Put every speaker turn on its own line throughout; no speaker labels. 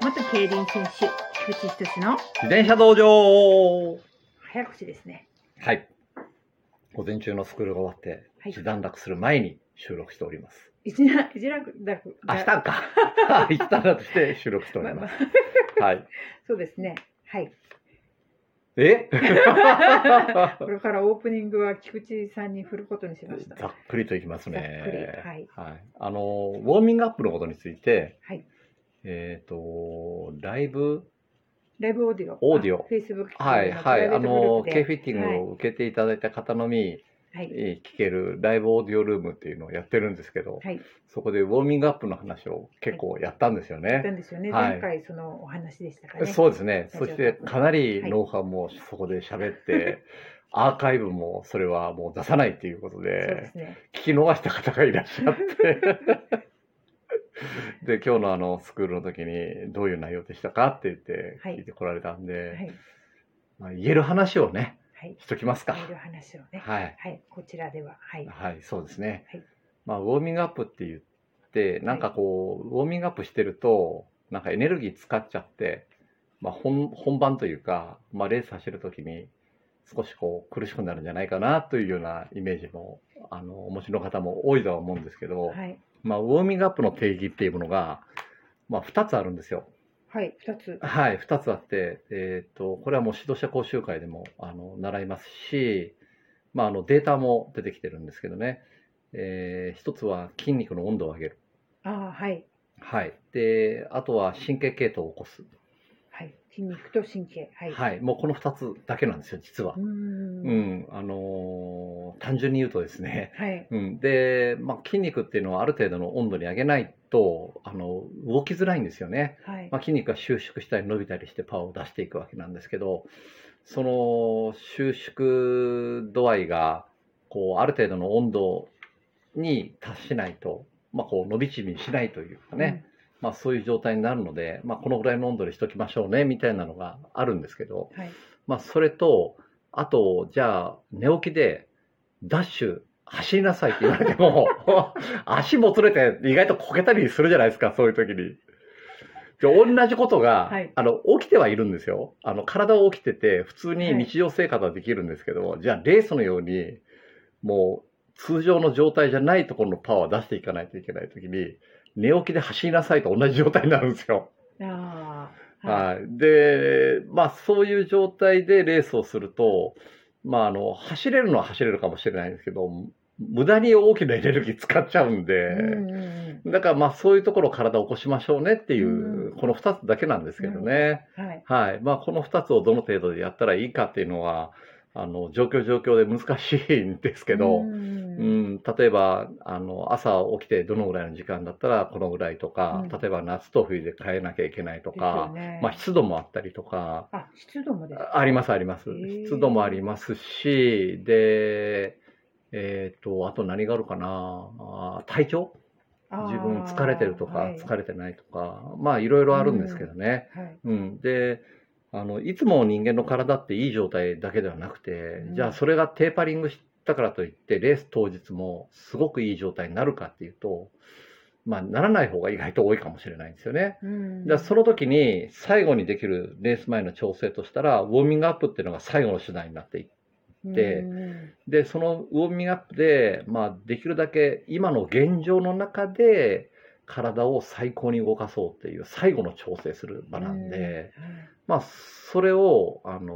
元競輪選手、菊池仁の
自転車道場
早口ですね。
はい。午前中のスクールが終わって、
はい
一段落する前に収録しております。
一覧、一覧だく。
明日か。 一段落して収録しております。はい。
そうですね。はい。
え
これからオープニングは菊池さんに振ることにしました。
ざっくりといきます
ざっく
ね。
りはい
あの、ウォーミングアップのことについて、
はい
えっ、と、ライブ、
ライブオーディオ。
オーディオ
フェイスブック。
はい、はい、あの、K フィッティン
はい
グを受けていただいた方のみ、
はい。
えー聞けるライブオーディオルームっていうのをやってるんですけど、
はい
そこでウォーミングアップの話を結構やったんですよ
やった
ね。
んですよね。
はい
前回そのお話でしたからね。
そうですね。
大丈
そ
夫
してかなり
はい
ノウハウもそこで喋って、アーカイブもそれはもう出さないっていうこと
そうで
で、
すね。
聞き逃した方がいらっしゃって。 で、今日のあの、スクールの時に、どういう内容でしたかって言って、
はい
聞いてこられたんで、
はい。
まあ、言える話をね、
はい。
しときますか。
そういう話をね。
はい。
はい。こちらでは。はい。
はい、そうですね。
はい
まあ、ウォーミングアップって言って、なんかこう、ウォーミングアップしてると、なんかエネルギー使っちゃって、まあ、本本番というか、まあ、レース走るときに、少しこう苦しくなるんじゃないかなというようなイメージもあのお持ちの方も多いとは思うんですけど、
はい。
まあ、ウォーミングアップの定義っていうものが、まあ、2つあるんですよ。
はい。二つ。
はい、2つあって、えー、とこれはもう指導者講習会でもあの習いますし、まあ、あのデータも出てきてるんですけどね、え1つは筋肉の温度を上げる、
ああ、はい。
はい、であとは神経系統を起こす、
はい。筋肉と神経。はい。
はい、もうこの2つだけなんですよ、実は
う。ーん。
うんあのー単純に言うとですね、
はい。
うんでまあ、筋肉っていうのはある程度の温度に上げないとあの動きづらいんですよね。
はい。
まあ、筋肉が収縮したり伸びたりしてパワーを出していくわけなんですけどその収縮度合いがこうある程度の温度に達しないと、まあ、こう伸び縮みしないというかね、まあ、そういう状態になるので、まあ、このぐらいの温度にしときましょうねみたいなのがあるんですけど、
うん。はい。
まあ、それとあとじゃあ寝起きでダッシュ走りなさいって言われても 足もつれて意外とこけたりするじゃないですかそういう時に。で同じことが、
はい
あの起きてはいるんですよあの体は起きてて普通に日常生活はできるんですけど、じゃあレースのようにもう通常の状態じゃないところのパワーを出していかないといけない時に寝起きで走りなさいと同じ状態になるんですよ。
ああ。
はい、で、まあ、そういう状態でレースをすると、まあ、あの走れるのは走れるかもしれないんですけど無駄に大きなエネルギー使っちゃうんで、
うんうんう
だからまあそういうところ体を起こしましょうねっていう、
うん
この2つだけなんですけどね、
んはい。
はいまあ、この2つをどの程度でやったらいいかっていうのはあの状況状況で難しいんですけど。
うん
う
うん
ん、例えばあの朝起きてどのぐらいの時間だったらこのぐらいとか、
うん
例えば夏と冬で変えなきゃいけないと
ですよ
か、
ね
まあ、湿度もあったりとか
あ、湿度もです。
あありますあります
へー
湿度もありますしでえっ、とあと何があるかなあー体調自分疲れてるとか、疲
れ。
れてないとかまあいろいろあるんですけどね、
はい。
うんであのいつも人間の体っていい状態だけではなくて、
ん
じゃあそれがテーパリングしたからといってレース当日もすごくいい状態になるかっていうとまあならない方が意外と多いかもしれないんですよね。
うん
じゃあその時に最後にできるレース前の調整としたらウォーミングアップっていうのが最後の手段になっていてで
うんうん
でそのウォーミングアップで、まあ、できるだけ今の現状の中で体を最高に動かそうっていう最後の調整する場なんで、
うんはい
まあそれをあの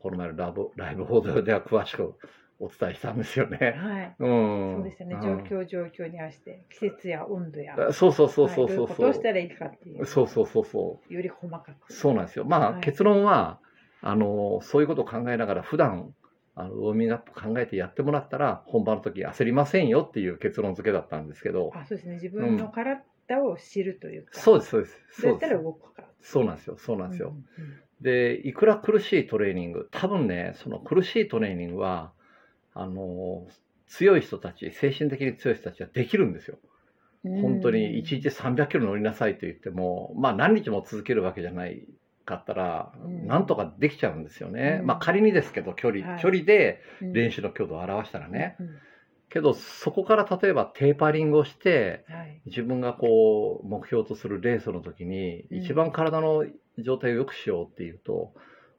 この前のラブライブ報道では詳しくお伝えしたんですよね。
はい。
うん、
そうですよね。
うん
状況状況に合わせて、季節や温度や。
あそうそうそうそうそう
はいどいこ
そ
と
う
をしたらいいかっていう。
そうそうそうそう
より細かく。
そうなんですよ。まあ、
はい
結論はあのそういうことを考えながら普段あのウォーミングアップ考えてやってもらったら本番の時焦りませんよっていう結論付けだったんですけど、
あ、そうですね。自分の体を知るというか。
そう
う。
ですそうです
どう
そ
や
う
った
で
ら
す
動くか。
そうなんですよそうなんですよ。
うんうんうん
でいくら苦しいトレーニング多分ねその苦しいトレーニングはあの強い人たち精神的に強い人たちはできるんですよ。本当に1日300キロ乗りなさいと言っても、まあ、何日も続けるわけじゃないかったら、
うん
なんとかできちゃうんですよね、
うん
まあ、仮にですけど距離、
はい
距離で
うん
練習の強度を表したらね、
うん
けどそこから例えばテーパリングをして
はい。
自分がこう目標とするレースの時に
うん
一番体の状態を良くしようっていうと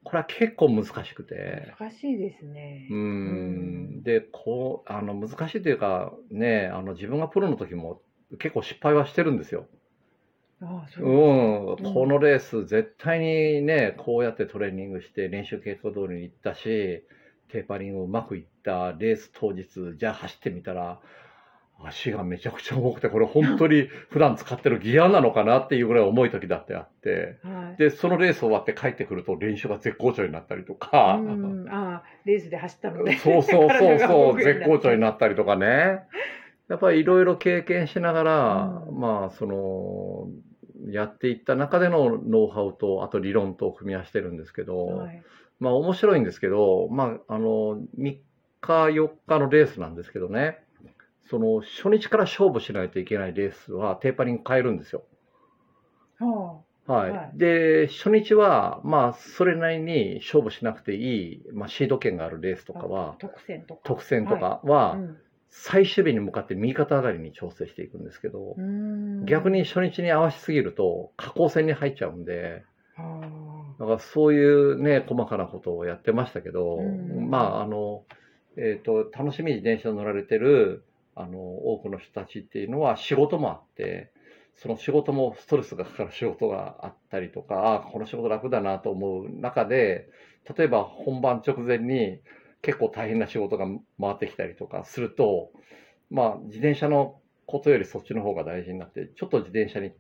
これは結構難しくて
難しいですね
う。んでこうあの難しいというかねあの自分がプロの時も結構失敗はしてるんですよ。
ああ、そう。
うん、このレース絶対にねこうやってトレーニングして練習結果通りに行ったしテーパリングうまくいったレース当日じゃあ走ってみたら足がめちゃくちゃ重くてこれ本 当に普段使ってるギアなのかなっていうぐらい重い時だってあって
はい。
でそのレース終わって帰ってくると練習が絶好調になったりとか、
うん、ああ、レースで走ったので。
そうそうそう
体が動
そ
くよう
う、
になっ
絶好調になったりとかね。やっぱりいろいろ経験しながら、
うん
まあ、その、やっていった中でのノウハウと、あと理論と組み合わせてるんですけど、
はい。
まあ面白いんですけど、まあ、あの、3日、4日のレースなんですけどね、その、初日から勝負しないといけないレースはテーパリング変えるんですよ。
は
はい。
はい
で、初日は、まあ、それなりに勝負しなくていい、まあ、シード権があるレースとか
あ
は、
特選とか。
特選とかは、
うん
最終日に向かって右肩上がりに調整していくんですけど
う、ん。
逆に初日に合わしすぎると下降線に入っちゃうんで
ああ。
だからそういうね細かなことをやってましたけど、
うん
まああの、えー、と楽しみに電車に乗られてるあの多くの人たちっていうのは仕事もあってその仕事もストレスがかかる仕事があったりとかあーこの仕事楽だなと思う中で例えば本番直前に結構大変な仕事が回ってきたりとかすると、まあ、自転車のことよりそっちの方が大事になってちょっと自転車に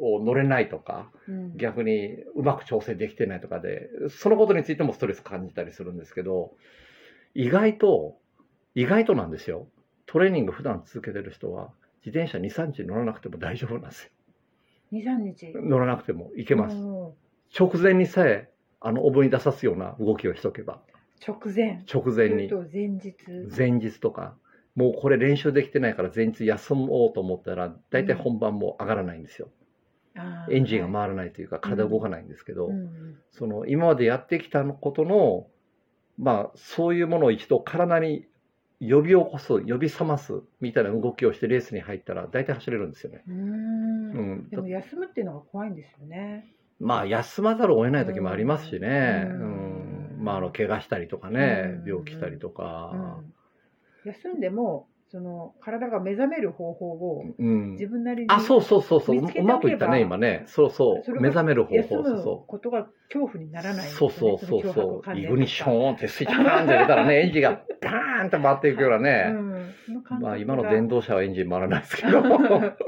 を乗れないとか
うん
逆にうまく調整できてないとかでそのことについてもストレス感じたりするんですけど意外と意外となんですよトレーニング普段続けてる人は自転車23日乗らなくても大丈夫なんです
二三日。
よ乗らなくてもいけます
おー
直前にさえあのおぶに出さすような動きをしとけば
直前。
直前に
と前日。
前日とかもうこれ練習できてないから前日休もうと思ったら大体本番も上がらないんですよ
あー
エンジンが回らないというか体動かないんですけど、
うんうん
その今までやってきたことの、まあ、そういうものを一度体に呼び起こす呼び覚ますみたいな動きをしてレースに入ったら大体走れるんですよね。
うー。
うんん
で、も休むっていうのが怖いんですよね。
まあ休まざるを得ない時もありますし
う
ね、うんんまあ、あの怪我したりとかね、
うん
病気したりとか、
うん休んでも、その体が目覚める方法を
うん
自分なりに。
あそうそうそうそうう
見つけておけば
まくいったね今ねそうそ
それが
う目覚める方
休
法そうそう
むことが恐怖にならないんです
そ
よ
う
ね、
そうそ
の
う
脅迫
そう
観
イ
念
グニッショ
とか
ンってスイッチバーンって入れたらねエンジンがバーンって回っていくような
う
ね、
んその感覚が
まあ今の電動車はエンジン回らないですけ ど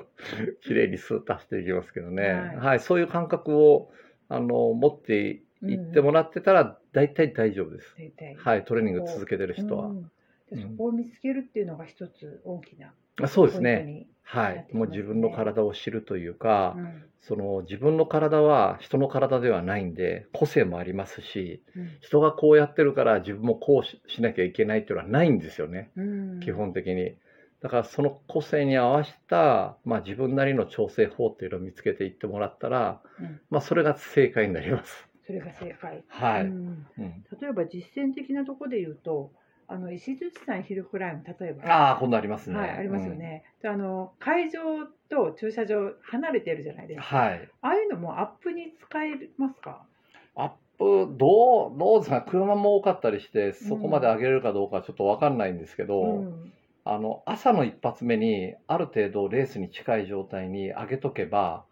綺麗にスーッと走っていきますけどね、
は
はいいそういう感覚をあの持っていってもらってたら大体大丈夫です、
絶対
はいトレーニング続けてる人は、
うん
うん
そこを見つけるっていうのが一つ大きな
あそう
ポイ
で
ント
す
に、
ねはいもう自分の体を知るというか、
うん
その自分の体は人の体ではないんで個性もありますし
うん
人がこうやってるから自分もこうししなきゃいけないっていうのはないんですよね、
うん
基本的に。だからその個性に合わせた、まあ、自分なりの調整法っていうのを見つけていってもらったら、
うん
まあ、それが正解になります。
それが正解、
はい。
うん
うん
例えば実践的なところで言うとあの石槌さんヒルクライム例えば
ああ、今度ありますね。
はい、ありますよね、であの会場と駐車場離れてるじゃないで
う
す
ん。
か
はい。
ああいうのもアップに使えますか
アップ、どう、どうですか、車も多かったりして、そこまで上げれるかどうかはちょっとわかんないんですけど、
うん
あの、朝の一発目に、ある程度レースに近い状態に上げとけば、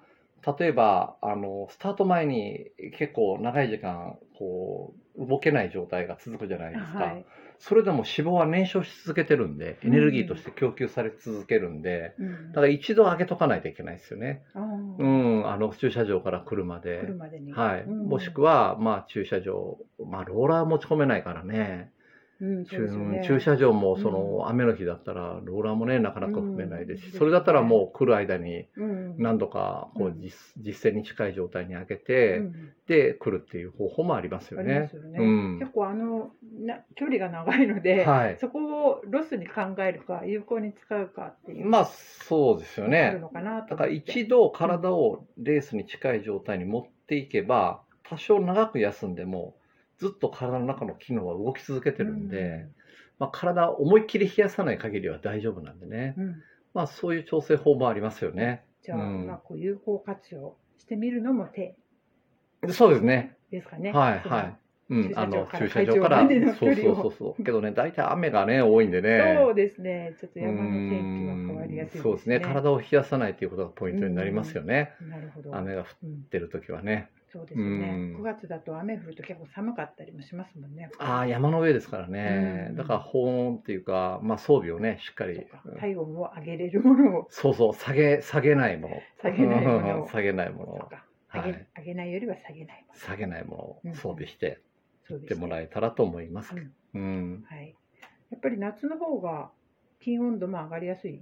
例えば、あの、スタート前に結構長い時間、こう、動けない状態が続くじゃないですか。
はい
それでも脂肪は燃焼し続けてるんで、
う
エ
ん
ネルギーとして供給され続けるんで、
うん
だから一度上げとかないといけないですよね。
あー
うん、あの、駐車場から車で。
来るまでに、
はい。
うん
もしくは、まあ、駐車場、まあ、ローラー持ち込めないからね。
うんそうですよね
駐車場もその、
う
雨の日だったらローラーもねなかなか踏めないですし、
うん
それだったらもう来る間に
うん
何度かこ
う
うん実,、実践に近い状態に上げて、
うん
で来るっていう方法もありますよ
ありま
ね
す。よね、
うん
結構あのな距離が長いので、
はい
そこをロスに考えるか有効に使うかっていう
まあそうですよ
ある
ね。
のかなと思っ
だから
て
一度体をレースに近い状態に持っていけば多少長く休んでもずっと体の中の機能は動き続けてるんで、まあ、体を思いっきり冷やさない限りは大丈夫なんでね、
うん、
まあ、そういう調整法もありますよね。
じゃあ、
うん
まあこう有効活用してみるのも手
そうですね。
ですかね。
はい
その
はい。うん、あの
駐
駐
車
車
場
場
か
からら、
会場までの距
そう
離
そ
を
うそうそう。けどね、大体雨がね、多いんでね。
そうですね。ちょっと山の天気も変わりやすいですね。
うんそうですね。体を冷やさないということがポイントになりますよね。
なるほど。
雨が降っ
うん、
てる時はね。
そうですよね。
うん
9月だと雨降ると結構寒かったりもしますもんね。
ああ、山の上ですからね。
うん
だから保温っていうか、まあ装備をね、しっか
そ
り
う。か体温を上げれるものを
そうそう、下げ、下げないもの。
下げないもの
う
を
ん下げないもの
そう
を。
か上
は
げ、
い。
上げないよりは下げないもの。
下げないも
う
の
ん
を装備して
そう
いっ
で
て
すね
もらえたらと思います。
うん
うん。
はい。やっぱり夏の方が金温度も上がりやすい。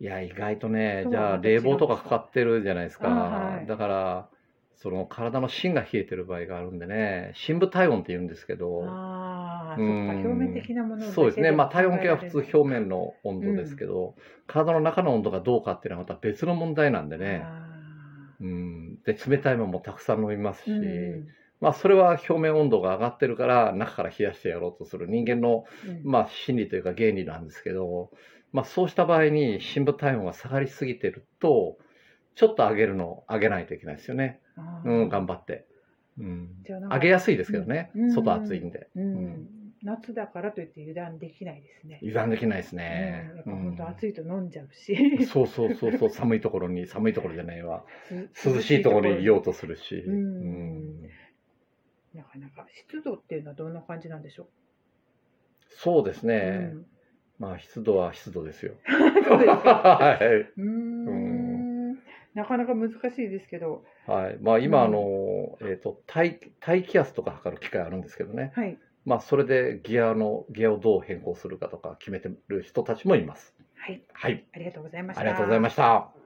いや、意外とね、
とは
じゃあ
また違う
冷房とかかかってるじゃないですか。
あはい
だから、その体の芯が冷えてる場合があるんでね、深部体温って言うんですけど、
ああ、そっか
うん
表面的なものだけ
そうですね、まあ体温計は普通
考
表面の温度ですけど、体の中の温度がどうかっていうのはまた別の問題なんで
えられる
ね、
あ
うん、で冷たいものもたくさん飲みますし、
ーうん
まあそれは表面温度が上がってるから中から冷やしてやろうとする人間の、
うん
まあ、心理というか原理なんですけど、まあ、そうした場合に深部体温が下がりすぎてるとちょっと上げるの上げないといけないですよね、
あー
うん、頑張って、うん、
じゃあなんか
上げやすいですけどね、
うん
外暑いんで
うん
うん
夏だからといって油断できないですね。
油断できないですね
うん、やっぱ本当
い
暑いと飲んじゃうし、
そうそうそう そう寒いところに寒いところじゃないわ
す
涼しいところにいよ
涼し
うとするし、
うんいところになかなか湿度っていうのはどんな感じなんでしょ
そうです
う。
ね、まあ湿度は湿度ですよ
うん、 そうですか。
はい、
うーんなかなか難しいですけど、
はい、まあ今、
うん
あの、えっ、と、大大気圧とか測る機械あるんですけどね。
はい、
まあ、それでギアの、ギアをどう変更するかとか決めてる人たちもいます。
はい、
はい、
ありがとうございました。
ありがとうございました。